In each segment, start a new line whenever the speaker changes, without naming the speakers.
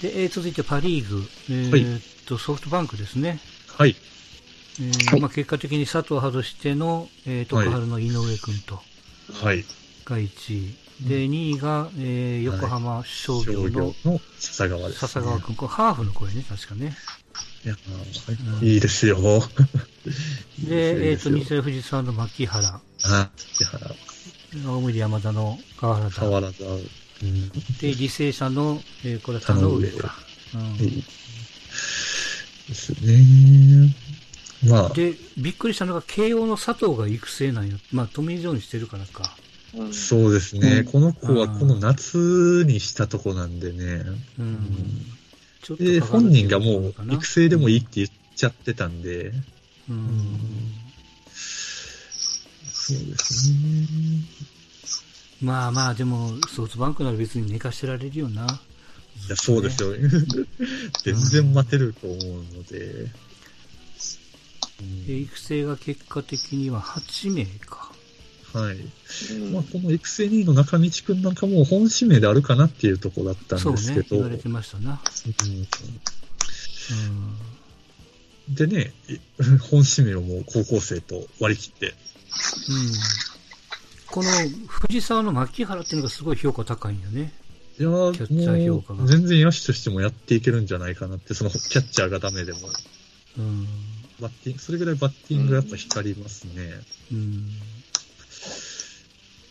で、えー続いてパ・リーグ、えーっとソフトバンクですね、
はい。
えー
はい
まあ、結果的に佐藤外しての、えー、徳
は
春の井上君と
はい。
が1位、で2位が、えー横浜商業
商
の
業の笹川です、ね。
笹川君、これハーフの声ね、確かね。
いやー
うん
いいですよ。いい
で、えーっ
す
と
よいい
日
ですよ
大藤沢の牧原、
あ、いや
青森山田の川原
変
田、
わらず、うん、
で履正社の、えーこれは田上か。うん
いいですね。まあ、
で、びっくりしたのが、慶応の佐藤が育成なんや。まあ、富井城にしてるからか。
うん
そうですね、
うん
この子はこの夏にしたとこなんで
うん。
ね。うん
ちょっと
で、
かかる
本
ってい
人
う
が
こ
も
とか
う
な
育成でもいいって言っちゃってたんで。
う。
うんそうですね。
まあまあ、でも、ソフトバンクなら別に寝かしてられるよな。
いや、そうですよ。全然待てると思うので。うん
で育成が結果的には8名か。
はい。
うん
まあ、この育成2位の中道くんなんかも本指名であるかなっていうところだったん
そう
ですけ
ね、
ど。
言われてましたな。うん。
うんでね、 い本指名をもう高校生と割り切って。
うん。この、藤沢の牧原っていうのがすごい評価高いんよね。
いやー
キャッチャー評価が
もう全然野手としてもやっていけるんじゃないかなって、そのキャッチャーがダメでも、
うん。
バッティング、それぐらいバッティングやっぱ光りますね。
うん。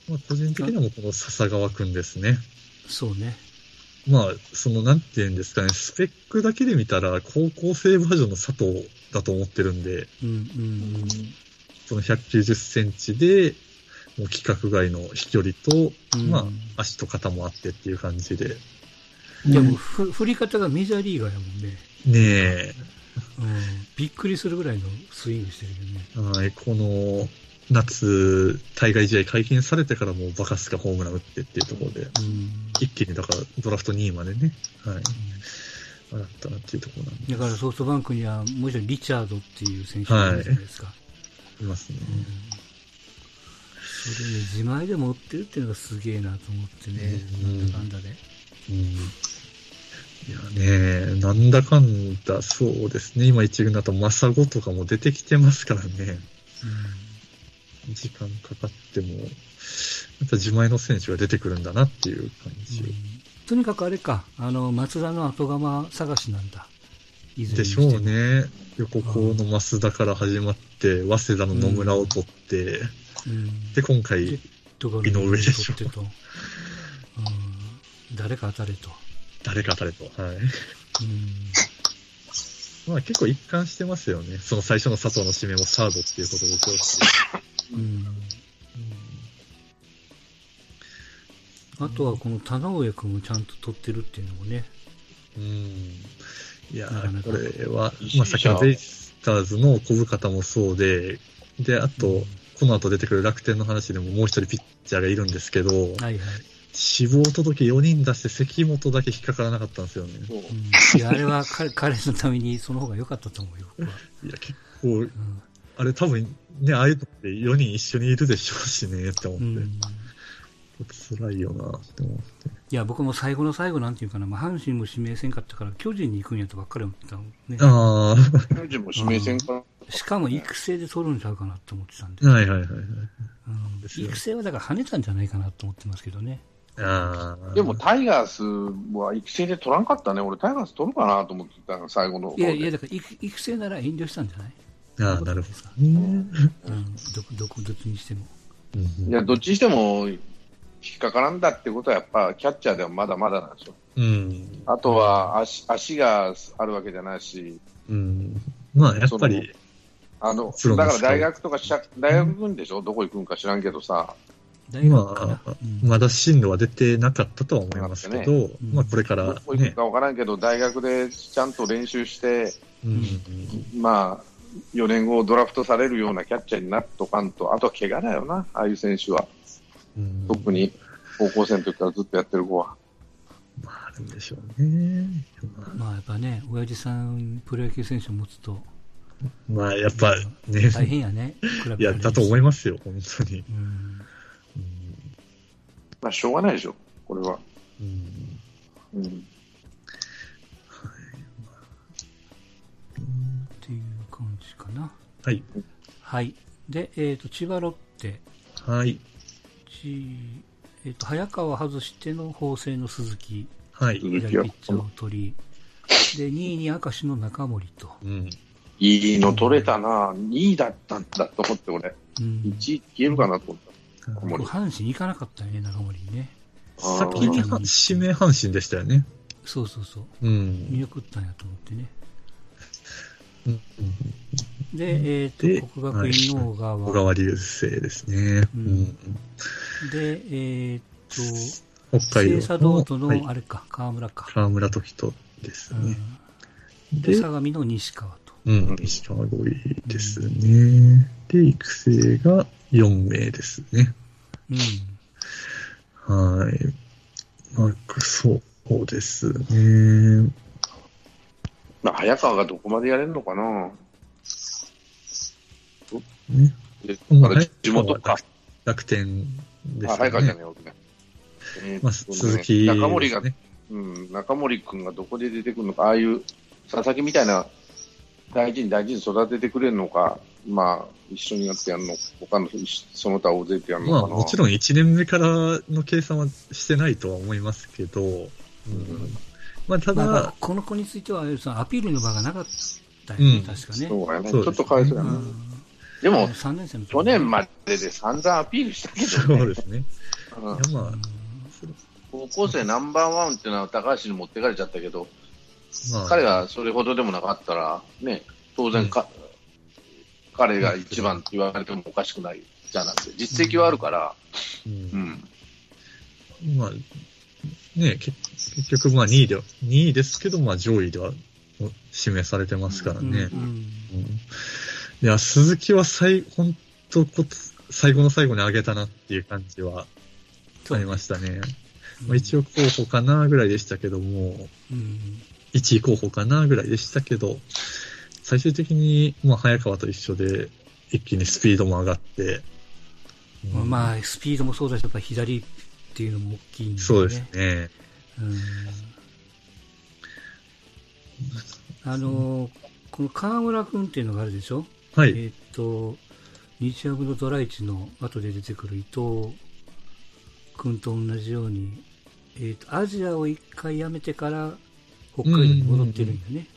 まあ、個人的にはもうこの笹川くんですね。
そうね。
まあ、その、なんていうんですかね、スペックだけで見たら、高校生バージョンの佐藤だと思ってるんで、
うんうん
その190センチで、もう規格外の飛距離と、
うん。
まあ
うん、
足と肩もあってっていう感じで。
でも、ふ振り方がメジャーリーガーやもんね。
ねえ、
うん。びっくりするぐらいのスイングしてるよね。
はい、この夏、対外試合解禁されてからもうバカスカホームラン打ってっていうところで、
うん。
一気にだからドラフト2位までね、はい、上がったなっていうところなんで、
だからソフトバンクにはもう一人リチャードっていう選手がいるじゃないですか。
いますね。
うんそれに自前で持ってるっていうのがすげえなと思ってね、
うん
なんだかんだで。
うんいやねなんだかんだ、そうですね、今一軍だとマサゴとかも出てきてますからね、時間かかっても、やっぱ自前の選手が出てくるんだなっていう感じを
とにかくあれか、あの、松田の後釜探しなんだ。いずれ
で
に
して
も
ょう。ね。横高の増田から始まって、早稲田の野村を取って、
うん
で、今回、
とか
井上でしょ
取ってと、うん、誰か当たれと、
誰か当たれと。はい。
うん、
まあ結構一貫してますよね。その最初の佐藤の指名もサードっていうことでそうですし
うん、あとはこの田上君もちゃんと取ってるっていうのもね、
うん。いや
なかな
ー、
か
これは
いい、
まあさっきのベイスターズの小深田もそうで、で、あと、この後出てくる楽天の話でももう一人ピッチャーがいるんですけど、
はいはい、
死亡届4人出して関本だけ引っかからなかったんですよね。
そう
うん、いやあれは彼彼のためにその方が良かったと思うよ、僕は。
いや、結構
うん
あれ多分ね、ああいうのって4人一緒にいるでしょうしね、って思って。
うん
辛いよな、って思って。
いや僕も最後の最後なんていうかな、まあ、阪神も指名せんかったから巨人に行くんやとばっかり思ってたもんね
あ
巨人も指名戦かな。
しかも育成で取るんちゃうかなと思ってたんで、
あ、 はいはいはいはい。
うん
ですよ
育成はだから跳ねたんじゃないかなと思ってますけどね
ああ。
でも、タイガースは育成で取らんかったね。俺タイガース取るかなと思ってたから最後の方
い
で。
やいやだから育育成なら遠慮したんじゃない
ああ、なるほ
ど
ど
う
ね。
ん、どこどこどっちにしても。
うん
いや、どっちにしても引っかからんだってことは、やっぱキャッチャーではまだまだなんですよ。
うん。
あとは足足があるわけじゃないし、
うん。まあ、やっぱり、
あの
そう
だ
なんです
から
か
大学とかしゃ、大学行くんでしょ、どこ行くんか知らんけどさ、
大学か
今
な、、うん
まだ進路は出てなかったとは思いますけど、
ん
まあ、これから
どこ行く
ね。
かわからんけど、大学でちゃんと練習して、
うん。
まあ、4年後ドラフトされるようなキャッチャーになっとかんと、あとは怪我だよな、ああいう選手は、
うん。
特に高校生の時からずっとやってる子は。
まあ、あるんでしょうね。
まあやっぱね、親父さん、プロ野球選手を持つと
まあ、やっぱね、
大変やね、比べ
いや、だと思
い
いますよ、本当に。
うん
うん
まあ、しょうがないでしょ、これは。
うん
うん、
はい。
はい。で、えっ、と、千葉ロッテ、
はい。
ちえっ、と、早川外しての法政の鈴木、
はい。
鈴
左
木
ピ
は
ッチャーを取り、で、2位に明石の中森と。
うん。
いいの取れたな、2位だったんだと思って、俺、
うん。
1位消えるかなと思った。小森
阪神行かなかったよね、中森にね。
先には指名阪神でしたよね。
そうそうそう。
うん。
見送ったんやと思ってね。
うん
で、えっ、
で
と、国学院の小川。
小川流星ですね。
う
うんん。
で、えっ、と、
北海
清
道
佐道と
はい
の、あれか、川村か。
河村時人です
うん
ね。
で、
で、
相模の西川と。
うん、石川五位ですね。で、育成が4名ですね。
うん。
はい。まあ、そうですね。
まあ、早川がどこまでやれるのかな、
ね
で
うん
あれ地元か、
楽天で
あ
す
早川じゃ
ね
な。いわけね。えー
まあ、
そうね
鈴木、
中森が、
ね。
うん、中森君がどこで出てくるのか、ああいう佐々木みたいな大事に大事に育ててくれるのか、まあ、一緒になってやるのか、他の一その他大勢でやるの
ま
か
あ、
な。
もちろん1年目からの計算はしてないとは思いますけど、うんまあ、た
まあまあ
だ、、
この子については、そのアピールの場がなかったよね、
うん
確かね。
そうやね。ち
そ
ょ
うですね
っとかわいそうや
う
な。
ん
でも、
3年生の時
去年までで散々アピールしたけど、
そうですね。
うん
いや、まあ
う、ん
高校生ナンバーワンっていうのは高橋に持ってかれちゃったけど、
まあ、
彼がそれほどでもなかったら、ね、当然か、彼が一番って言われてもおかしくないじゃなくて、実績はあるから、
うん
うん。
まあ、ねけ結局、まあ2位では、2位ですけど、まあ上位では指名されてますからね。
うんうん
うんいや、鈴木は最、本当こ、最後の最後に上げたなっていう感じは
そ
あ
うね
りましたね。
うん
まあ、一応候補かなぐらいでしたけども、
うん
1位候補かなぐらいでしたけど、最終的に、まあ、早川と一緒で、一気にスピードも上がって、うん
まあ、スピードもそうだし、やっぱり左っていうのも大きいんで、ね、
そうですね。
うんあのーこの川村君っていうのがあるでしょ、
は
え
い。
ーっと、日ハムのドライチの後で出てくる伊藤君と同じように、えーっと、アジアを一回やめてから北海道に戻ってるんだね。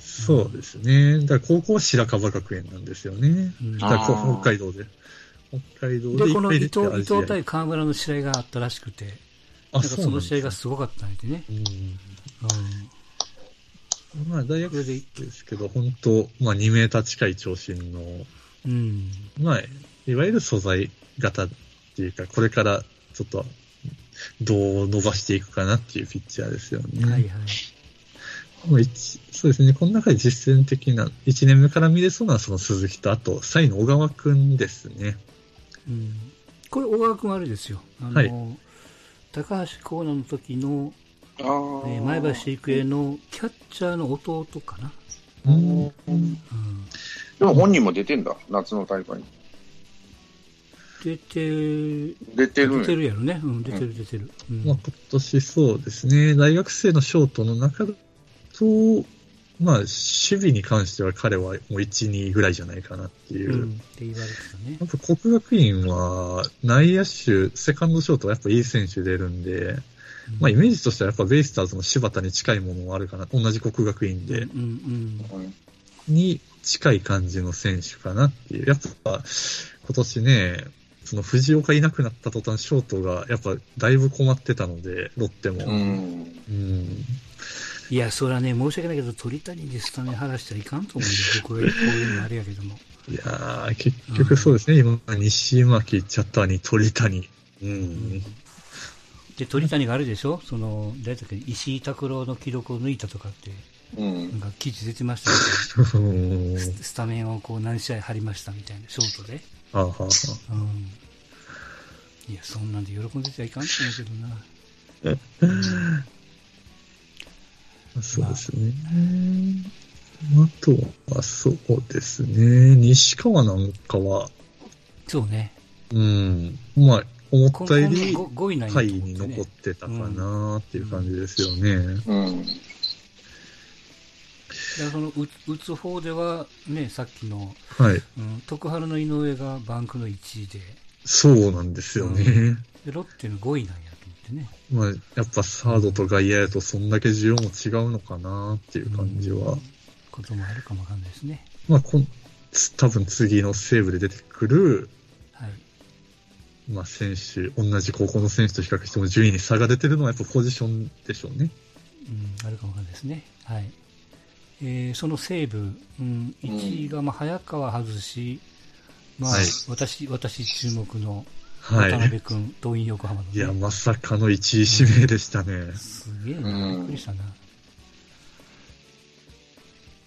そうですね。だから高校は白樺学園なんですよね。
うん
だからこ
あー
う北海道で。北海道で
で、この伊
い
藤
っぱい出て
伊
ア
藤
ジアに
対川村の試合があったらしくて、な
あ、
んかその試合が
そ
すごかったんでね。
うなんですね
うん
うんまあ大
これで
学でですけど、本当まあ2メーター近い長身の、
うん。
まあ、いわゆる素材型っていうか、これからちょっと、どう伸ばしていくかなっていうピッチャーですよね。
はいはい。
まあ一そうですね。この中で実践的な、1年目から見れそうなのはその鈴木と、あと、サイの小川くんですね。
うん。これ、小川君あれですよ。あの、
はい
高橋光成の時の、え
あー
ー前橋育英のキャッチャーの弟かな。
うん
うん。
でも本人も出てんだ、夏の大会に。
出て、
出てるん
出
や
てるやろね。うん、出てる出てる。うん。
まあ、今年そうですね、大学生のショートの中だと、まあ、守備に関しては彼はもう1、2ぐらいじゃないかなっていうう。
ん。って言われてたね
や。っぱ国学院は内野手、セカンドショートはやっぱいい選手出るんで、まあイメージとしてはやっぱベイスターズの柴田に近いものもあるかな、同じ国学院で、
うんうん。
うん
に近い感じの選手かなっていう。やっぱ今年ね、その藤岡いなくなった途端ショートがやっぱだいぶ困ってたので、ロッテも。
うん
うん
いや、それはね、申し訳ないけど、鳥谷でスタメン話したらいかんと思うんですよ。僕がこういうのあれやけども。
いやー、結局そうですね、今、西巻、チャタニ、鳥谷。 うん。
で、鳥谷があるでしょその、誰だっけ、石井拓郎の記録を抜いたとかって、
う
なん
ん
か記事出てましたけど。
うん
ススタメンをこう何試合張りましたみたいな、ショートで。
あーはーは
うん。いや、そんなんで喜んでちゃいかんって言うけどな。
ーそうですね。あとは、そうですね、西川なんかは、
そうね。
うん、まあ、思
こ
ったより、
ここ5位なんやと
下位
思って
に
ね
残ってたかなーっていう感じですよね。
うん
からその打打つ方では、ね、さっきの、
はい。
うん、徳春の井上がバンクの1位で、
そうなんですよね。
でロッテの5位なんやと思ってね。
まあ、やっぱサードと外野やとそんだけ需要も違うのかなっていう感じは。
うんこともあるかもわかんないですね。
まあ、こんつ多分次の西武で出てくる、
はい。
まあ、選手、同じ高校の選手と比較しても順位に差が出てるのはやっぱポジションでしょうね。
うん、あるかもわかんないですね。はい。えーその西部、うん、1位が、まあ、早川外し、まあ、
はい
私、私注目の
は
渡辺
い。
君、東院横浜のね、
いや、まさかの1位指名でしたね。
すげえ
う
な、
ん
びっくりしたな。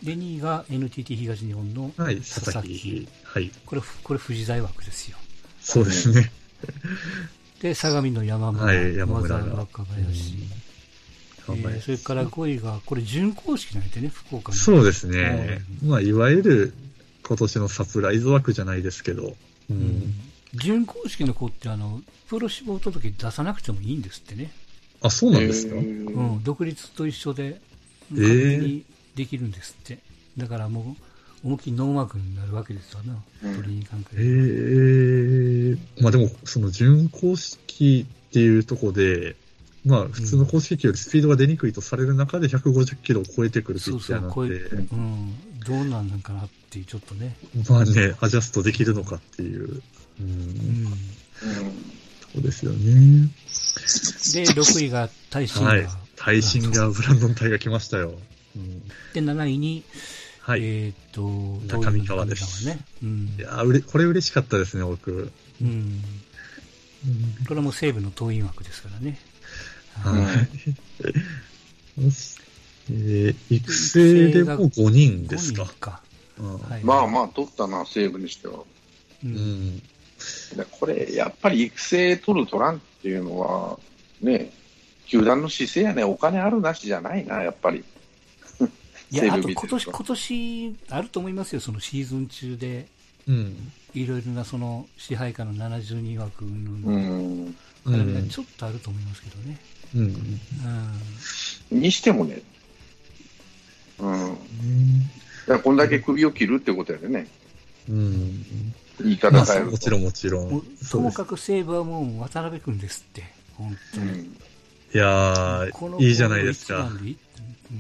で、2位が NTT 東日本の、
はい、
佐
佐
々
々
木
木。はい、
これ、これ、富士大枠ですよ。
そうですね。
で、相模の山村、
はい山村
小笠
が
原若林、
頑張
えー
れ
それから5位が、これ、準公式なんてね、福岡の。
そうですね。まあ、いわゆる今年のサプライズ枠じゃないですけど、
う
う
ん
ん。
準公式の子ってあの、プロ志望届出さなくてもいいんですってね、
あ、そうなんですか
えー
うん独立と一緒で、
えー
勝手にできるんですって、だからもう、思いっきりノーマークになるわけですわな、
うん
鳥に関係
えー、まあでも、その準公式っていうとこで、まあ普通の公式球よりスピードが出にくいとされる中で150キロを超えてくるピッチャ
そ
ー
うそう
なんで、
うん、どうなんなんかなっていう、ちょっとね、
まあね、アジャストできるのかっていう、うん
う、ん、
とこですよね。
で、6位が大新が、
はい。対心がブランドン隊が来ましたよ。うん、
で、7位に、
はい。
えーっと、
中見川です
東洋の中見
い
川ね、
やーうれ、これ嬉しかったですね、僕。
うん、うん、これはもう西武の党員枠ですからね。
はい。よしえー育成でも5人です
五
か
人。か
うん
はい、
まあまあ、取ったな、西武にしては。
う
うんん。
でこれ、やっぱり育成取る、取らんっていうのは、ね、球団の姿勢やね、お金あるなしじゃないな、やっぱり。
いや、あと今年、今年、あると思いますよ、そのシーズン中で、
うん。
いろいろなその支配下の72枠
う
の
ん。
う
絡みが
ん。
ちょっとあると思いますけどね。
うん。
う
にしてもね、うん。だからこんだけ首を切るってことやでね、
うん。
言い
ま
方
あ
変え、ると。
もちろんもちろ。
んもうんと
そうで
も
す。
かく西武はもう渡辺君ですって、本当に。
うん
いや
この
ー、いいじゃないですか
こ。の一番でいい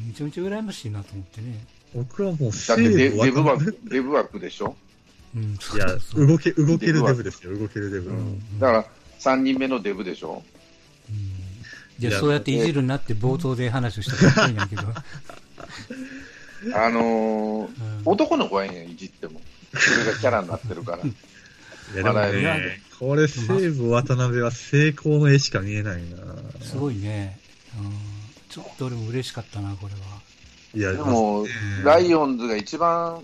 めちゃめちゃ羨ましいなと思ってね。
僕はもう
だって
西
デ
武
デブ
は、
枠、デブ枠でしょ。
うん、そ
いうや
そう、そう。
動け、動けるデブですよ、動けるデブ。
うん
だから、3人目のデブでしょ。
じ
い
ゃあ
や
そうやっていじるなって冒頭で話をしたばっかりなんや けど、
あ
う
のー
ん
男の子はええんやいじっても。それがキャラになってるから。
いや、でも
笑え
る
ね、これ西武渡辺は成功の絵しか見えないな。
すごいね、うん、ちょっと俺も嬉しかったな、これは。
いや、
でも、ライオンズが一番、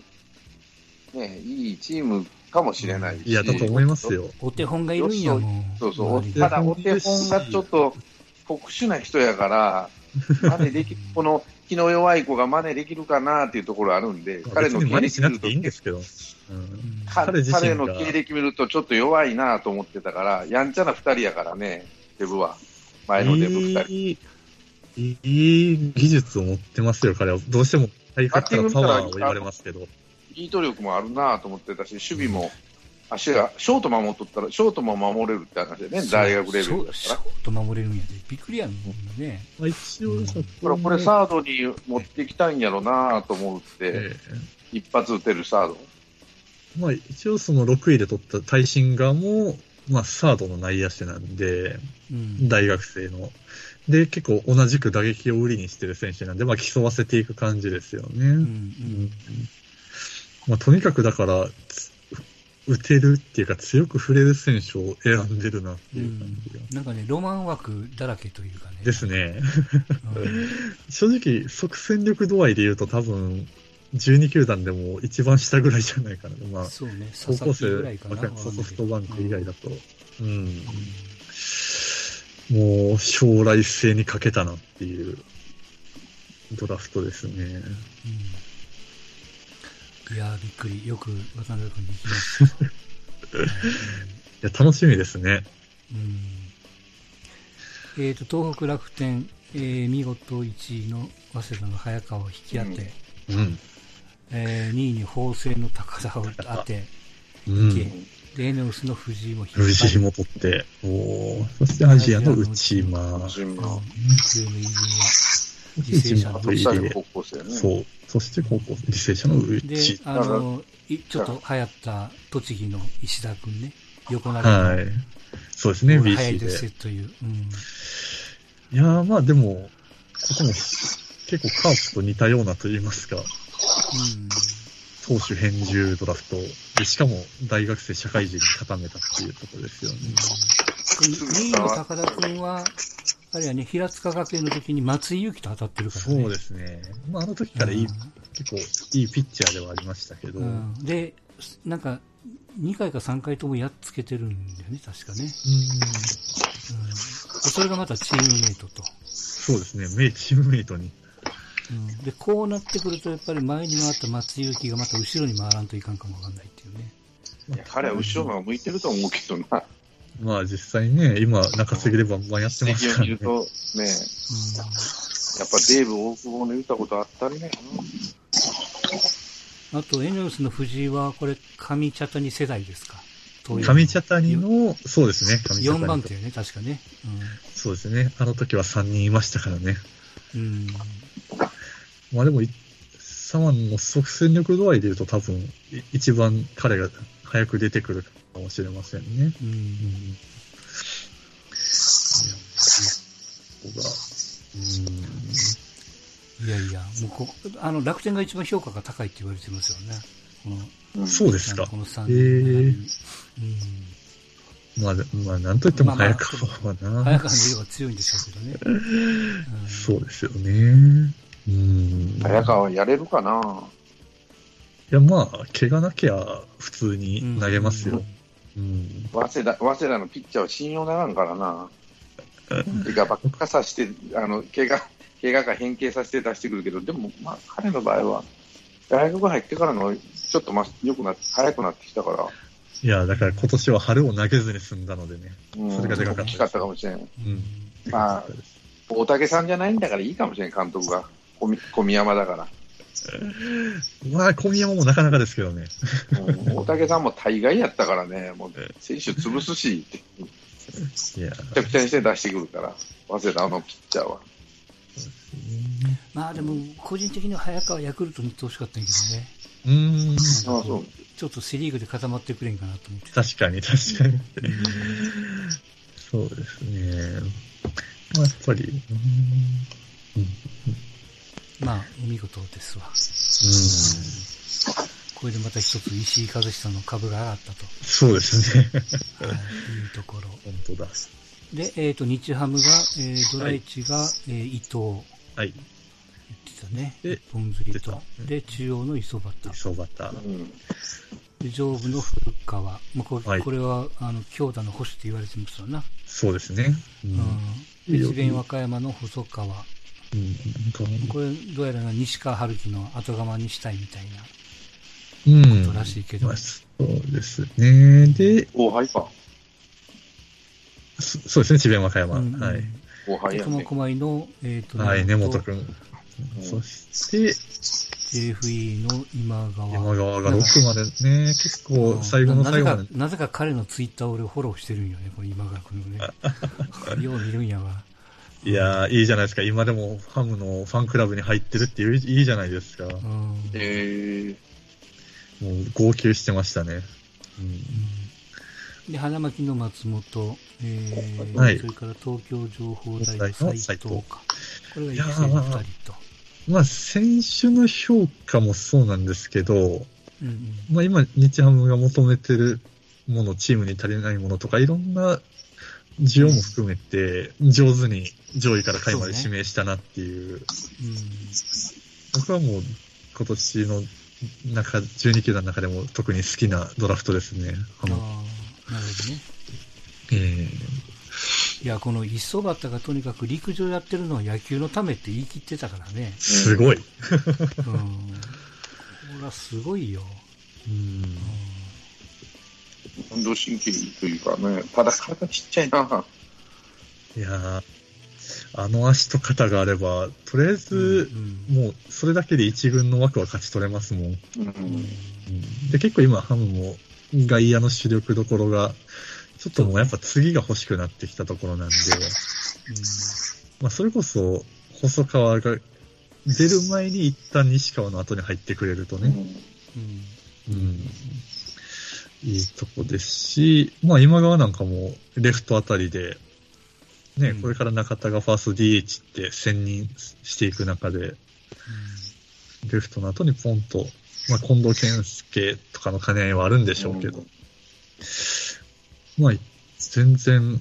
ね、いいチームかもしれないし。
いや、だと思います。よ。
お手本がいるんやもん。
そうそう。
周り
た
が
だ、お手本がちょっと特殊な人やから、真似でき、この気の弱い子が真似できるかなっていうところあるんで、彼の
別に真
経
似しなくていいん
歴
ですけど。
う
う
んん
か
彼自身
彼
が
の経歴見るとちょっと弱いなと思ってたから、やんちゃな二人やからね、デブは。前のデブ二人。
いい、いい技術を持ってますよ、彼は。どうしても体格からパワーを言われますけど。
いいト力もあるなと思ってたし、守備も、足が、ショート守っとったら、ショートも守れるって話でね、大学レベルだ
そう
か
ショ
ら。
ット守れるんやで、びっくりやんもんね。
まあ、一応、そ
これ、これサードに持ってきたんやろなと思って、
え
一発打てるサード。
えまあ、一応その6位で取った耐震側も、まあ、サードの内野手なんで、
うん、
大学生の。で、結構同じく打撃を売りにしてる選手なんで、まあ、競わせていく感じですよね。
うん、う。
うんんまあ、とにかくだから、つ打てるっていうか、強く振れる選手を選んでるなっていう感じが。
なんかね、ロマン枠だらけというかね。
ですね。
うん
正直、即戦力度合いで言うと多分、12球団でも一番下ぐらいじゃないかな。まあ、
そうね、
高
佐
校
々木
生
ぐらいか、な。
若いソフトバンク以外
だ。
だと。うん。もう、将来性に欠けたなっていうドラフトですね。
うんいやー、びっくり。よく渡辺君に行きま した。はい
いや、楽しみですね。
うんえー、と東北楽天、えー見事1位の早稲田の早川を引き当て、
うん
うん。
えー2位に法政の高田を当て、
う
で
ん。
レネオスの藤井も引っ張り
藤井も取って、おーそしてアジアの内
う
間。
ん。
うん上の偉人
内
あ
間
と
と
国
入
際
江
の。高校生ね。
そう。そして高校、履正社の内
は。で、あの、いちょっと流行った栃木の石田君ね、横並び。
はい。そうですね、
もう早
BC
いで
で。
すよという。うん。
いやー、まあでも、ここも結構カープと似たようなと言いますか、投手編集ドラフト。で、しかも大学生社会人に固めたっていうところですよね。
2位の高田君は、あれやね、平塚学園の時に松井裕樹と当たってるから
そ
ね。
うですね。まああの時からいい、結構いいピッチャーではありましたけど、
うんうんで、なんか、2回か3回ともやっつけてるんだよね、確かね。
うん
うんでそれがまたチームメイトと。
そうですね、名チームメイトに。
うんで、こうなってくると、やっぱり前に回った松井裕樹がまた後ろに回らんといかんかもわかんないっていうね。
いや彼は後ろの方が向いてると思うけどな。
まあ実際ね、今、中継ぎでバンバンやってます
敵を
から
見
ね
る。と、ね、やっぱデーブ大久保の言ったことあったりね。
うん、あと、エネオスの藤井は、これ、上茶谷世代ですか。
上茶谷の、そうですね、上茶
4番手
谷
よね、確かね。
そうですね、あの時は3人いましたからね。
うん。うん。
まあでも、い左腕の即戦力度合いで言うと多分、い一番彼が早く出てくるかもしれませんね。
う
うん
ん。
いやここが、うん
いやいや、もうこ、あの、楽天が一番評価が高いって言われてますよね。この、
うん
そうですか
こ。の3
へー
人。
まあ、まあ、なんといっても
まあまあ
早川は
うん。
な。
早川の色が強いんでしょうけどね。うん
そうですよね。うん。
早
い
川やれるかな
や、まあ、怪我なきゃ普通に投げますよ。うん。
早稲田、早稲田のピッチャーは信用ならんからな。てか、ばっかさして、あの、怪我、怪我か変形させて出してくるけど、でも、まあ、彼の場合は、大学入ってからの、ちょっとま、良くなって、早くなってきたから、
いや、だから今年は春を投げずに済んだのでね。
うん、
それがでかかった
大きかったかもしれん。
うん。うん
まあ大竹さんじゃないんだからいいかもしれん、監督が。小み小宮山だから。
まあ、小宮山もなかなかですけどね。
うん大竹さんも大概やったからね、もう選手潰すし、め
いや。
ちゃくちゃにして出してくるから、早稲田のピッチャーは。
まあでも、個人的には早川ヤクルトに行ってほしかったんやけどね。
うん。
ああそう
ちょっとセリーグで固まってくれんかなと思って。
確かに、確かに。そうですね。まあ、やっぱり、うん。うん
まあ、お見事ですわ。これでまた一つ石井和久の株が上がったと。
そうですね。
はい、いうところ。
本当だ。
で、えっ、と、日ハムが、えー、ドライチが、えー伊藤、言
はい。
ってたね。
で
一本釣りと
出。た
で、中央の磯端。
そばた。
うん
で、上部の古川。まあ、これ,、
はい
これは、あの、強打の星って言われてますよな。
そうですね。う。
うんん。で、智弁和歌山の細川。
うんなんか
これ、どうやらな西川春樹の後釜にしたいみたいな。
うん
ことらしいけど
まあそうですね。で、
後輩か。
そそうですね、智弁和歌山。
うんうん
はい。
後輩
で
や
苫
ね。
小牧の、えっ、と、
はい、根本
君。
くん。
ん
そして、
JFE の今川。
山川が6までね、結構最後の最後ま
な
で
ぜ。かなぜか彼のツイッターを俺フォローしてるんよね、これ今川君の ね。よう見るんやわ。
いやー、いいじゃないですか。今でもハムのファンクラブに入ってるっていう、いいじゃないですか。も
う。
うん
うん
え
号泣してましたね。うん
で、花巻の松本、えー
はい
それから東京情報大の
東大
斎
の
藤
斉
か
藤。
これが育成の2人と。
まあ、選手の評価もそうなんですけど、
うんうん
まあ、今、日ハムが求めてるもの、チームに足りないものとか、いろんな需要も含めて、上手に上位から下位まで
そうね
指名したなっていう、
うん
僕はもう、今年の中、12球団の中でも特に好きなドラフトですね。
あ
あ
ー
の
なるほどね。
えー
いや、この磯端がとにかく陸上やってるのは野球のためって言い切ってたからね。
すごい。
うん。これはすごいよ。
うん
うん
ー、運動神経いいというかね、ただ体ちっちゃいな。
いやーあの足と肩があれば、とりあえず、
うん
もうそれだけで一軍の枠は勝ち取れますもん。
うん
うん
で、結構今、ハムも外野の主力どころが、ちょっともうやっぱ次が欲しくなってきたところなんで、まあ、それこそ、細川が出る前に一旦西川の後に入ってくれると
う
ね、
ん
うん
うん、いいとこですし、まあ、今川なんかもレフトあたりで、ね、
うん
これから中田がファースト DH って専任していく中で、レフトの後にポンと、まあ、近藤健介とかの兼ね合いはあるんでしょうけど、
うん
まあ、全然、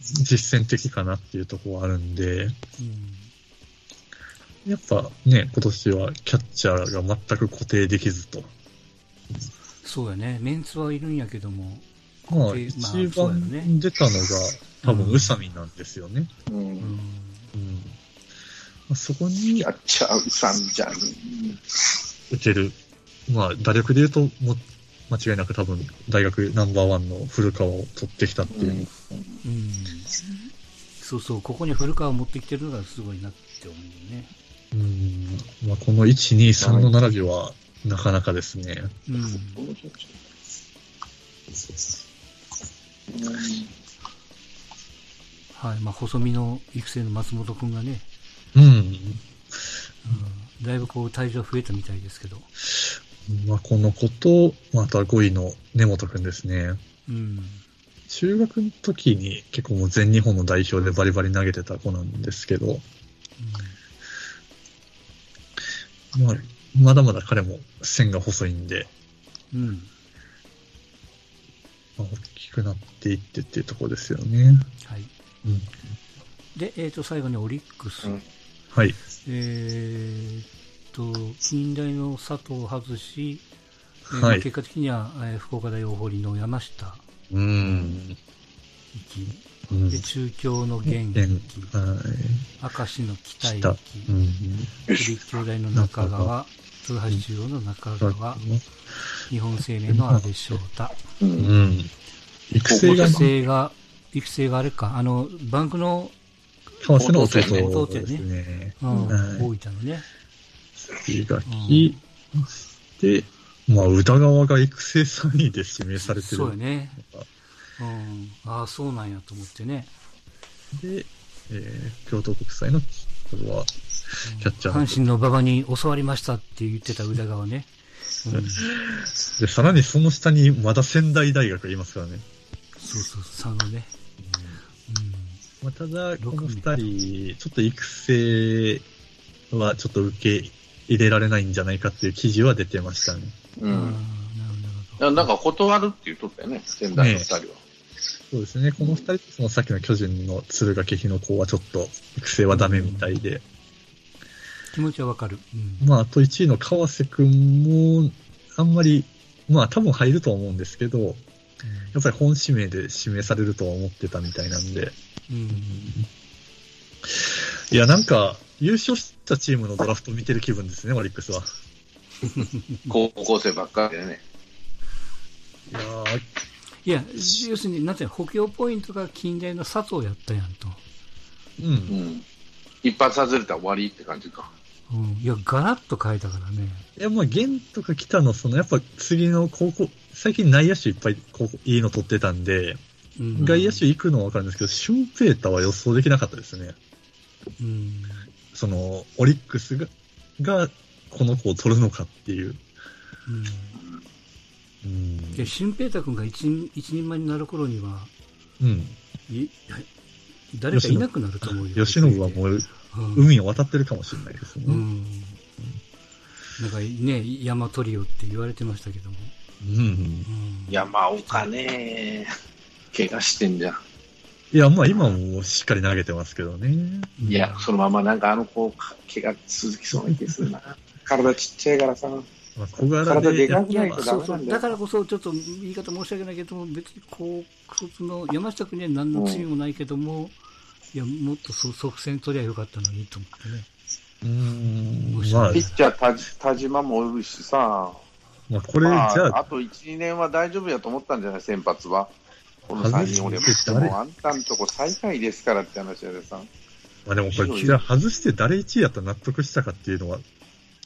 実践的かなっていうところはあるんで、
うん
やっぱね、今年はキャッチャーが全く固定できずと。
そうやね、メンツはいるんやけども、
まあ、
でまあ
一
そうやね
番出たのが、多
う
分
ん
宇佐美なんですよね。
う
うんん
うんまあそこに
やっちゃうさんじゃん。
打てる。まあ、打力で言うと、もう間違いなく多分、大学ナンバーワンの古川を取ってきたっていうう。
ん
うんそうそう、ここに古川を持ってきてるのがすごいなって思うね。
うんまあ、この1、2、3の並びは、なかなかですね。
うんはいまあ、細身の育成の松本君がね、
うん。
うんだいぶこう体重は増えたみたいですけど、
まあ、この子と、まあ、あとは5位の根本くんですね。
うん
中学の時に結構もう全日本の代表でバリバリ投げてた子なんですけど、まあ、まだまだ彼も線が細いんで、
うんうん
まあ、大きくなっていってっていうところですよね。
はい
うん、
で、えー、と最後にオリックス、
うん
はい。
えー、と近代の佐藤を外し、えー
はい
結果的には、えー福岡大大堀の山下
うん。
行き、
うん。
で中京の元気、
元気はい。
明石の北行
北
き、
うん。
立教大の中川、豊橋中央の中川、日本生命の安部翔太。
う
う
んん。育成が
育成が、育成があれか、あの、バンクの、
川瀬の弟ですね。
うん
はい
大分のね、
石垣、で、まあ、宇田川が育成3位で指名されてる。
そうよね。うん、ああ、そうなんやと思ってね。
で、えー京都国際の、これは、キャッチャーの
阪神の馬場に教わりましたって言ってた宇田川ね。うん、
で、さらにその下にまだ仙台大学がいますからね。
そうそう、佐野ね。
まあ、ただ、
六
この
名
二人、ちょっと育成はちょっと受け入れられないんじゃないかっていう記事は出てましたね。
う
うん。
ん
ああなるほど。
ななんか断るって言うとったよね、仙台の二人は。
そうですね。この二人とそのさっきの巨人の鶴ヶ日の子はちょっと育成はダメみたいで。
気持ちはわかる。うん。
まあ、あと1位の川瀬くんも、あんまり、まあ多分入るとは思うんですけど、やっぱり本指名で指名されるとは思ってたみたいなんで。
うん。
いや、なんか、優勝したチームのドラフト見てる気分ですね、オリックスは。
高校生ばっかりでね。
いやー
いや、要するに、なんていうの補強ポイントが近代の佐藤やったやんと。
う。
うんん。一発外れたら終わりって感じか。
うん。いや、ガラッと変えたからね。
いや、まあ、源とか北の、その、やっぱ次の高校、最近内野手いっぱい高校いいの取ってたんで、
うん
外野手行くのはわかるんですけど、シュンペーターは予想できなかったですね。
うん。
その、オリックスが、が、この子を取るのかっていう。
うん。
うん。
で、新平太君が一人一人前になる頃には、
うん。
い誰かいなくなると思うよ。
吉野はもう、
うん、うん。
海を渡ってるかもしれないですね。
なんかね、山トリオって言われてましたけども。
うん
うん、
山岡ね、怪我してんじゃん。
いや、まあ今もしっかり投げてますけどね。
うん
いや、そのままなんかあの子、か怪我続きそうな気がするな。 体ちっちゃいからさ。
まあ、小柄
体
で。
でか
い
く
や
ないとダ
そ
メ
うそ
なん
う
だ
だ
よ。
からこそ、ちょっと言い方申し訳ないけども、別に高卒の山下君には何の罪もないけども、いや、もっとそ即戦取りゃよかったのにと思ってね。
うーん。まあ
ピ、ッチャー田田島もおるしさ、
まあ、これ、じ
ま
ゃあ
あ、あ、と1、2年は大丈夫やと思ったんじゃない、先発は。この3人おれば、もうあんたんとこ最下位ですからって話やでさ。
まあでもこれ、キラ外して誰1位やったら納得したかっていうのは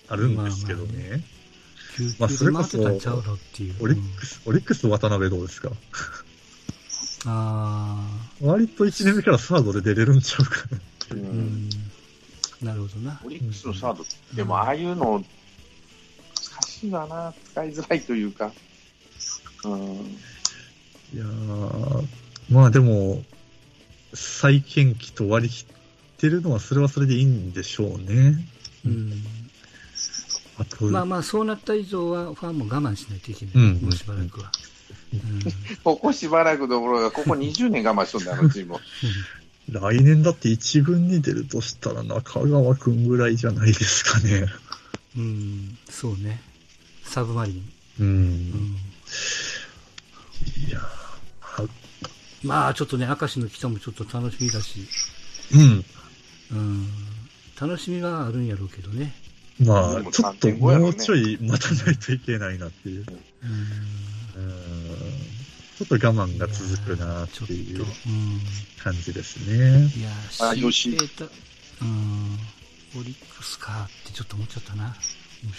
あるんですけどね。
救
まあそ
急で
れこ
待っ
そ
てたんちゃうのっていう。
オリックス、オリックス渡辺どうですか
うんあ
割と1年目からサードで出れるんちゃうかな。
う。
あ、うんん。なるほどな。
オリックスのサード、でもああいうの、難しいわな、使いづらいというか。うん。
いやー、まあでも、再建期と割り切ってるのは、それはそれでいいんでしょうね。
うん。
あと、
まあまあ、そうなった以上は、ファンも我慢しないといけない。
うん
もうしばらくは。
う
う
ここしばらくどころか、ここ20年我慢しとんだよ、あのチームを。
来年だって一軍に出るとしたら中川くんぐらいじゃないですかね。
ん。うん。そうね。サブマリン。
うん。
うん。
いやー、
まあ、ちょっとね、明石の北もちょっと楽しみだし、
うん。
うん。楽しみはあるんやろうけどね。
ま
で
あ、
も
ちょっと
3.5やろ
も
う
う
ね
ちょい待たないといけないなっていう。
うん。
うん。ちょっと我慢が続くなってい
ちょっ
う
とうん。
感じですね。
いや、
あ吉
新生た、うん、オリックスかってちょっと思っちゃったな。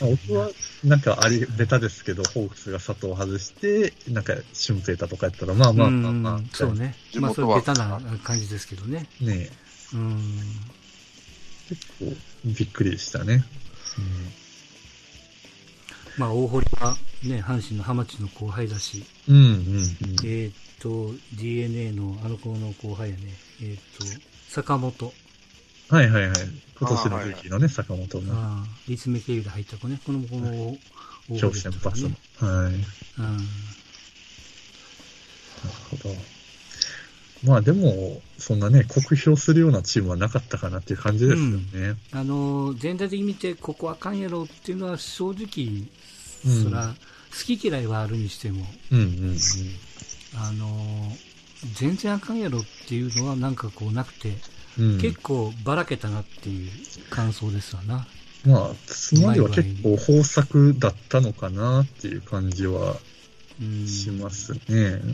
面白い
まあ
な
僕は、なんかあれ、ベタですけど、ホークスが佐藤を外して、なんか、俊平太とかやったら、まあまあまあまあ、
うんそうね。
地
まあ、そ
元
れベタ
は
な感じですけどね。
ね
うん。
え、こうびっくりしたね。
まあ、大堀はね、阪神の浜地の後輩だし、
うん、うん、うん。
えーっと、DNA のあの子の後輩やね。えーっと、坂本。
はいはいはい。今年のルーキーのね、坂本の
ああ、立命経由で入った子ね。この子も大
超
堀
先
とか
発の
ね。。
はい。なる
うん。
ほど。まあでも、そんなね、酷評するようなチームはなかったかなっていう感じですよね。
あのー全体的に見てここあかんやろっていうのは正直、
うん
そら好き嫌いはあるにしても、
うん、うん、うん。
あのー全然あかんやろっていうのはなんかこうなくて、
うん、
結構ばらけたなっていう感想ですわな。
まあ、つまりは結構豊作だったのかなっていう感じは
うん、
しますね。うん、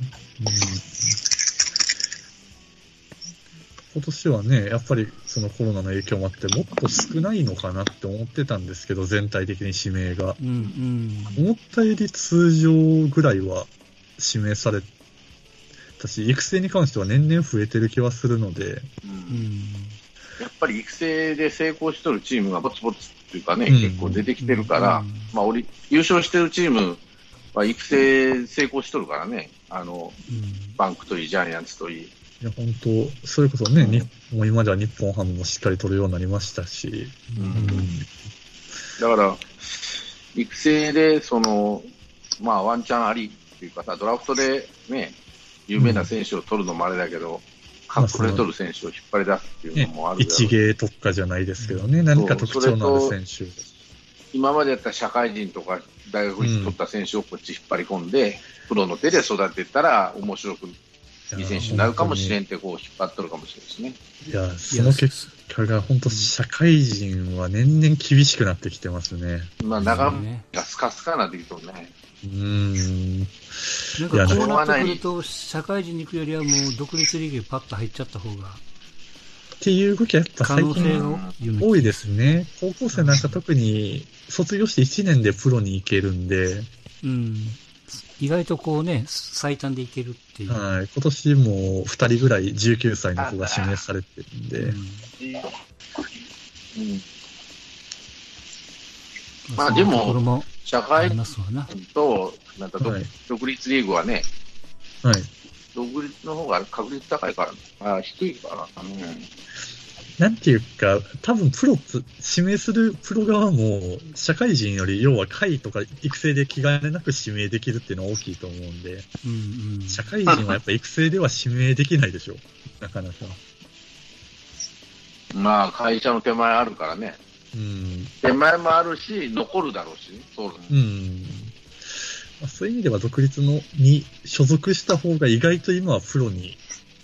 今年はね、やっぱりそのコロナの影響もあって、もっと少ないのかなって思ってたんですけど、全体的に指名が。
うんうん。
思ったより通常ぐらいは指名されたし、育成に関しては年々増えてる気はするので、
うん
うん。
やっぱり育成で成功しとるチームがぼつぼつっていうかね、
うん
結構出てきてるから、
うん
まあ、オリ優勝してるチームは育成成功しとるからね、あ
う
の
ん
バンクといい、ジャイアンツといい、
いや、本当それこそね、に
う
もう今では日本ハムもしっかり取るようになりましたし、
う
うんん
だから、育成でその、まあ、ワンチャンありっていうかさ、ドラフトでね、有名な選手を取るのもあれだけど、
うん
隠れとる選手を引っ張り出すっていうのもあるだろう
一芸特化じゃないですけどね、何か特徴のある選手。
今までやったら社会人とか大学に取った選手をこっち引っ張り込んで、プロの手で育てたら面白くいい選手になるかもしれ
ん。
んってこう引っ張っとるかもしれんですね。
いや、その結果が本当社会人は年々厳しくなってきてますね。
まあ、長尾がスカスカなってきとるね。
うーん。
なん
いや
かこうなってくると、社会人に行くよりはもう独立リーグにパッと入っちゃった方が、
っていう動きはやっぱ
可
最
能性
近
がような気が
多いですね。高校生なんか特に卒業して1年でプロに行けるんで、
うん。意外とこうね、最短でいけるっていう。
はい、今年も2人ぐらい19歳の子が指名されてるん
う
で、
ん
うんまあでも
そういうところも
社
あ
会
り
人
ますわな。
と、なんか独
はい
独立リーグはね、
はい。
独立の方が確率高いから、あ低いから、う
なんていうか、多分プロつ、指名するプロ側も、社会人より、要は会とか育成で気兼ねなく指名できるっていうのは大きいと思うんで、
うんうん。
社会人はやっぱ育成では指名できないでしょ、なかなか。
ん、まあ会社の手前あるからね、
うん。
手前もあるし、残るだろうしね、そうだね
うん。まあ、そういう意味では、独立のに所属した方が意外と今はプロに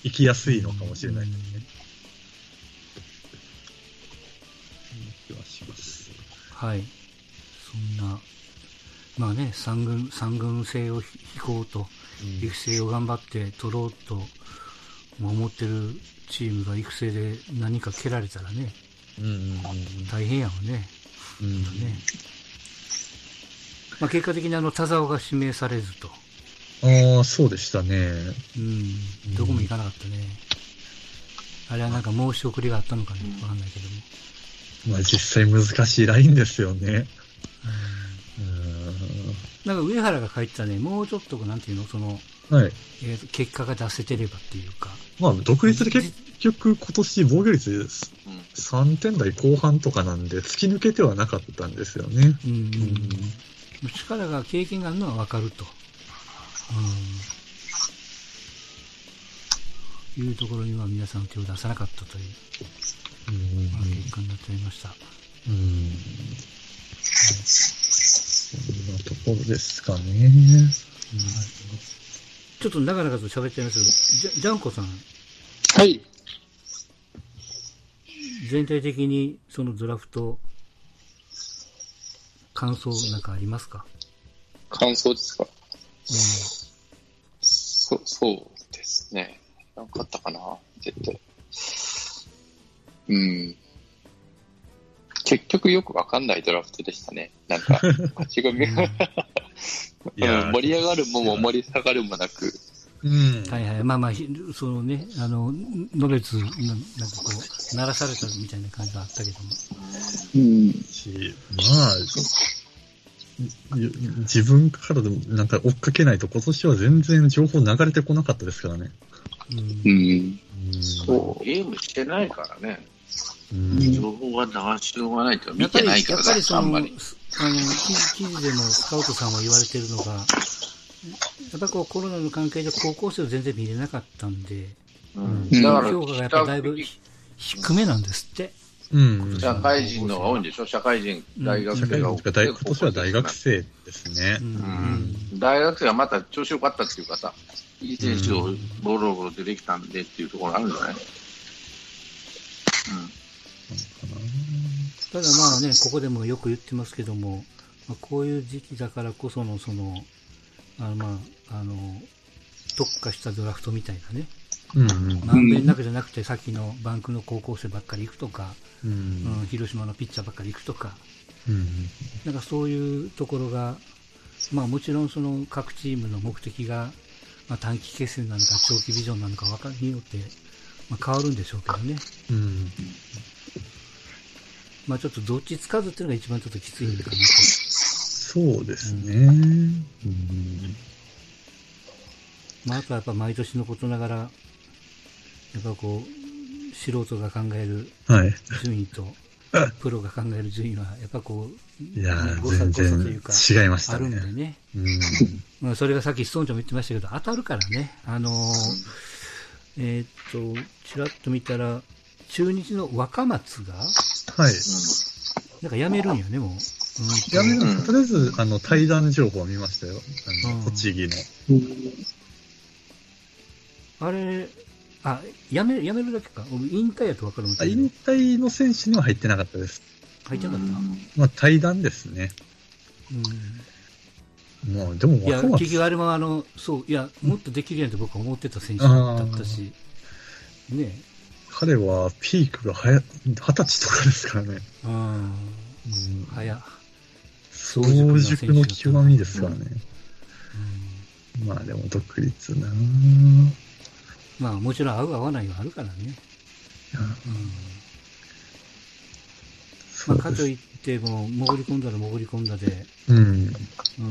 行きやすいのかもしれないですね。気はします。
はい。そんな、まあね、三軍、三軍制を引こうと
うん
育成を頑張って取ろうと思ってるチームが育成で何か蹴られたらね、
うんうんうん
大変やわね。
うん
ねまあ、結果的にあの田沢が指名されずと、
うんああ、そうでしたね。
うん、どこも行かなかったね。あれはなんか申し送りがあったのかね、わかんないけども。
まあ実際難しいラインですよね。
なんか上原が書いてたね、もうちょっとなんていうの、その、
うんはい。
えーと結果が出せてればっていうか、
まあ独立で結局今年防御率3点台後半とかなんで突き抜けてはなかったんですよね。
うん、
う
力が、経験があるのはわかると、うん、いうところには皆さん手を出さなかったという、
うん
まあ結果になっちゃいました。
うんそんなところですかね。
ちょっと長々と喋っちゃいますけど、ジャジャンコさん、
はい。
全体的にそのドラフト、感想なんかありますか、
感想ですか
うん
そ、そうですね。なんかあったかな絶対。うん。結局よくわかんないドラフトでしたね。なんか、勝ち組が、
いやー
うん盛り上がるもも盛り下がるもなく、
うん。
はいはい、まあまあ、ひそのね、あの、のべつ、ななんかこう、鳴らされたみたいな感じがあったけども。
うん、
し、まあ、い自分からでもなんか追っかけないと今年は全然情報流れてこなかったですからね。
うん
う。ん、
うん
そう。
ゲームしてないからね、
うん
情報は流しようがないと
や
見
っぱ
て
り、
ないか
や
ら
っ
だ
ぱりそ
あ
の、
ん
あ
ま
の
り。、
記事記事でもスカウトさんは言われてるのが、やっぱこうコロナの関係で高校生を全然見れなかったんで、
うん
うん
だから、
評価がやっぱだいぶひ低めなんですって。
うん。
社会人のが多いんでしょ社会人、大学
社
生
会
が
人と
多
か
くて
大今年は大学生ですね
う。ん。
うん大学生はまた調子良かったっていうかさ、いい選手をボロボロ出てきたんでっていうところあるんじゃない、
ただまあね、ここでもよく言ってますけども、まあ、こういう時期だからこその、その、あのまあ、あの、特化したドラフトみたいなね、
うん。うん
まんべんなくじゃなくて、さっきのバンクの高校生ばっかり行くとか、
う。
うんん、広島のピッチャーばっかり行くとか、
うん。
なんかそういうところが、まあもちろんその各チームの目的が、まあ、短期決戦なのか長期ビジョンなのかわかによって、まあ、変わるんでしょうけどね。
うん。
まあちょっとどっちつかずっていうのが一番ちょっときついのかなと。
そうですね。うん。
まああとはやっぱ毎年のことながら、やっぱこう、素人が考える
はい。
順位と、プロが考える順位は、やっぱこう、
いやー
誤差誤差というか、
全然違いまし
あ
た
るんで
ね。
ね。
うん。
まあ、それがさっきストーンちゃんも言ってましたけど、当たるからね、あのーえーっと、ちらっと見たら、中日の若松が、
はい。
なんか辞めるんよね、もう。うんと
やめ
うん
とりあえず、あの、対談情報は見ましたよ。あ
うん
の、栃木の。
あれ、あ、辞め辞めるだけか、俺引退やと分かるの
あ
か
引退の選手には入ってなかったです。
入ってなかった。
まあ、対談ですね。
うん
まあ、でも
いや
若、松
結局あれもあの、そう、いや、もっとできるやんって僕は思ってた選手だったし、ね
彼はピークがはや二十歳とかですからね。
え、うん、早、
早熟の極みですからね。
うん
まあでも独立なぁ
まあもちろん合う合わないはあるからね。
そ
ま
う
あ、
です
かといっても、潜り込んだら潜り込んだで、
う
う
ん。
ー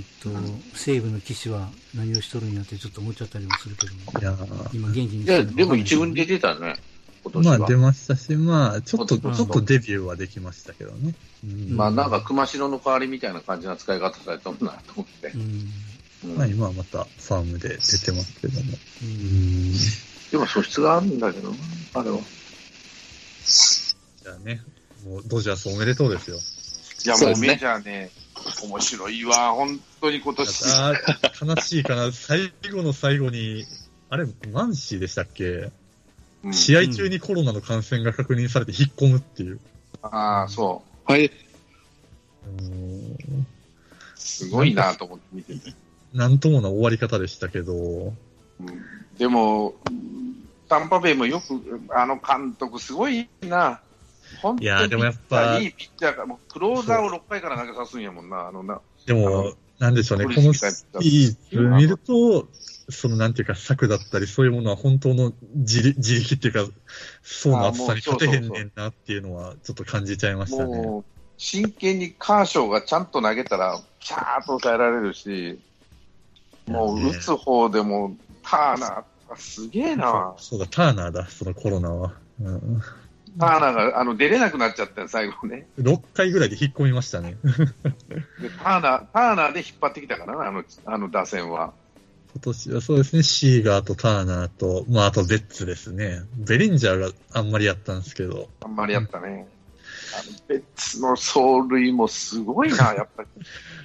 んと、西部の騎士は何をしとるんやってちょっと思っちゃったりもするけども、
いや
今元気に
い
して
や、
るのか
でも一
わか
軍
んな
出
い
てたね、今年
ま
は。
あ出ましたし、まあちょっと、ち
うん
ょっとデビューはできましたけどね。うん
まあなんか熊代の代わりみたいな感じの使い方されたもんなと思って
け。どうん。
うん
まあ今はまたファームで出てますけども。
うん
でも素質があるんだけどな、あれは。い
じゃあね、もうドジャースおめでとうですよ。
や、
そ
も
うで
う
すね
メジャーね、面白いわ、本当に今年。
あー悲しいかな。最後の最後に、あれ、マンシーでしたっけ
うん
試合中にコロナの感染が確認されて引っ込むっていう。
ああ、そ
はい。
うん
う。すごいなと思って見てて。
一なんともな終わり方でしたけど、
うんでも、タンパベイもよく、あの監督、すごいな。本当に
いやでもやっぱ
いいピッチャーが、もうクローザーを6回から投げさすんやもんな、あのな。
で
あ
も
の、
なんでしょうね、
ポ
こ
リシ
の
ー
シ
がやった
リーズ見ると、そのなんていうか、策だったり、そういうものは本当の自力自力っていうか、そうの厚さに勝てへんねんなっていうのは、ちょっと感じちゃいましたね。
もう、真剣にカーショーがちゃんと投げたら、シャーッと抑えられるし、もう打つ方でも、ターナー、すげえな。
そうだ、ターナーだ、そのコロナは。うん、
ターナーがあの出れなくなっちゃったよ、最後ね。
6回ぐらいで引っ込みましたね。
でターナー、ターナーで引っ張ってきたからな、あの、あの打線は。
今年はそうですね、シーガーとターナーと、まあ、あとベッツですね。ベリンジャーがあんまりやったんですけど、
あんまりやったね。あのベッツの走塁もすごい な、やっぱり。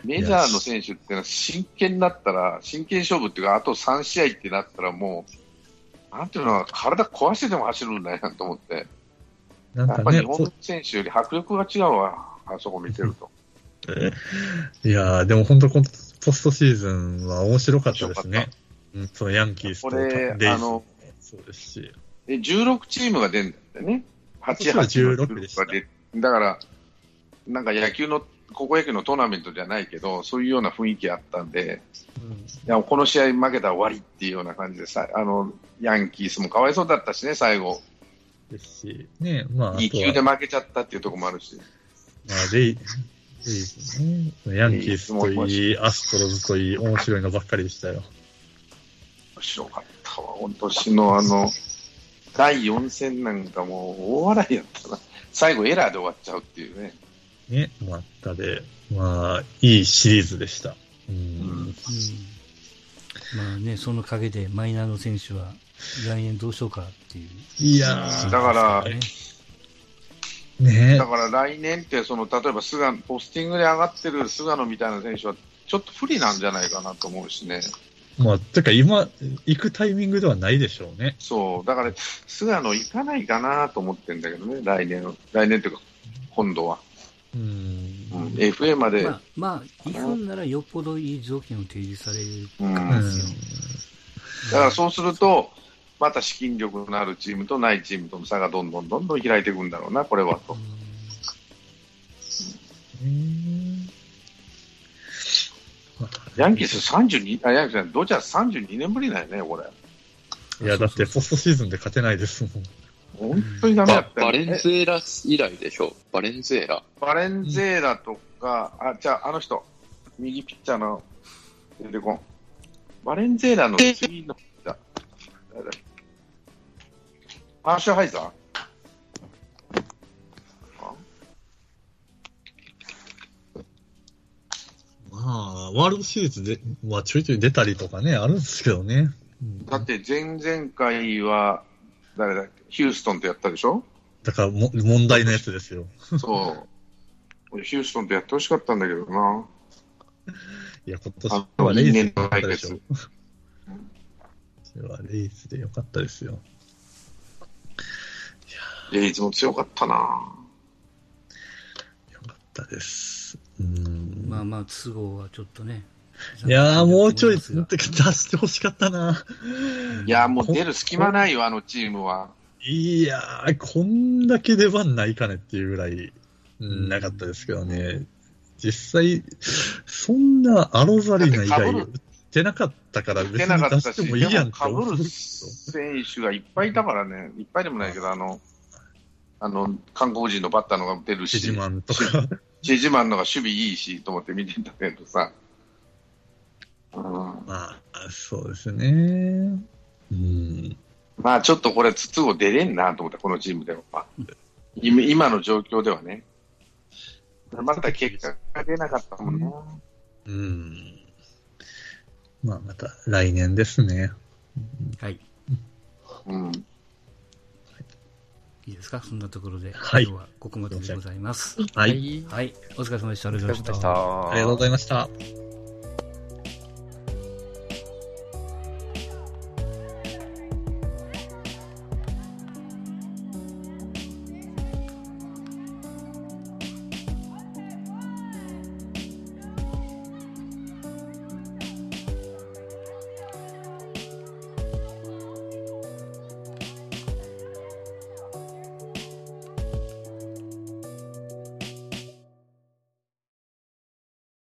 メジャーの選手っていうのは真剣になったら、真剣勝負っていうか、あと3試合ってなったらもう、なんていうの、体壊してでも走るんだよなと思って。
なん
やっ
か
ぱり
ね
日、本
そ
の選手より迫力が違うわ、あそこ見てると。
いやーでも本当、このポストシーズンは面白かったです
面白
ね
か。
うん、そのヤンキースと
これ
レイ
あ
ズも
の
そうですし、
で、16チームが出るんだよね。8、
そう
8、
そう16でした
が出だから、なんか野球の、高校野球のトーナメントじゃないけど、そういうような雰囲気あったんで、いやこの試合負けたら終わりっていうような感じでさ、あのヤンキースもかわいそうだったしね、最後、
ですし、ね、まあ、あと
2球で
は、まあ、
負けちゃったっていうところもあるし、
レイレイズね、ヤンキースといい、アストロズといい、面白いのばっかりでしたよ。
面白かったわ、今年のあの第4戦なんかもう大笑いやったな、最後、エラーで終わっちゃうっていうね、
ね、もあったで、まあ、いいシリーズでした。うん
うんまあね、その陰でマイナーの選手は来年どうしようかっていう。
いやー
だから
ね
ね
だから来年ってその、例えば菅ポスティングで上がってる菅野みたいな選手は、ちょっと不利なんじゃないかなと思うしね。
まあ、てか今、行くタイミングではないでしょうね。
そう、だから、菅野行かないかなと思ってんだけどね、来年、来年というか、今度は。
うん。
うん、FA まで、
まあ、まあ、行くんならよっぽどいい条件を提示される
うん、
う
だ
ん
ですよ。
からそうすると、また資金力のあるチームとないチームとの差がどんどんどんどん開いていくんだろうな、これはと。
うん
ヤンキース32、あ、ヤンキースじゃないドジャース32年ぶりだよね、これ。
いや、だってポストシーズンで勝てないですもん。
本当にダメだ
バ
ったよ
バレ
ね
ンズエラ以来でしょ。バレンズエラ。
バレンゼーラとか、あ、じゃあ、あの人、右ピッチャーの、出てこん。バレンゼーラの次のピッチャー、誰だアーシャーハイザーあ
まあ、ワールドシリーズで、まあ、ちょいちょい出たりとかね、あるんですけどね。うん
だって前々回は、誰だっけヒューストンとやったでしょ
だからも、問題のやつですよ。
そう。俺ヒューストンとやってほしかったんだけどな。
いや、今
あ
年はレイズで
因縁
よ
の
かっ
対
たでしょ。
決
今。年はレイズでよかったですよ。
レイズも強かったな。
よかったです。うん。
まあまあ、都合はちょっとね。
いやー、もうちょい、
残念
て
で
か
す
出
が
してほしかったな。
いや、もう出る隙間ないよ、あのチームは。
いやー、こんだけ出番ないかねっていうぐらい、うんなかったですけどね。実際、そんなアロザリーナ以外
だ
売
っ
って
被
てなかったから別
出な
に
か
出
った
して
し、
もいいやん
でも被る選手がいっぱいいたからね、いっぱいでもないけど、あの、あの、韓国人のバッターのが出るし、
シジマンとか。
チジマンのが守備いいし、と思って見てたけどさ。うん
まあ、そうですね。うん。
まあちょっとこれ、筒を出れんなと思った、このチームでは。今今の状況ではね。また結果が出なかったもんな。
うん。まあ、また来年ですね。
はい。
うん。
いいですかそんなところで、
はい
今日はここまででございます。
はい。
はい。お疲れ様でした。ありがとうございました。
ありがとうございました。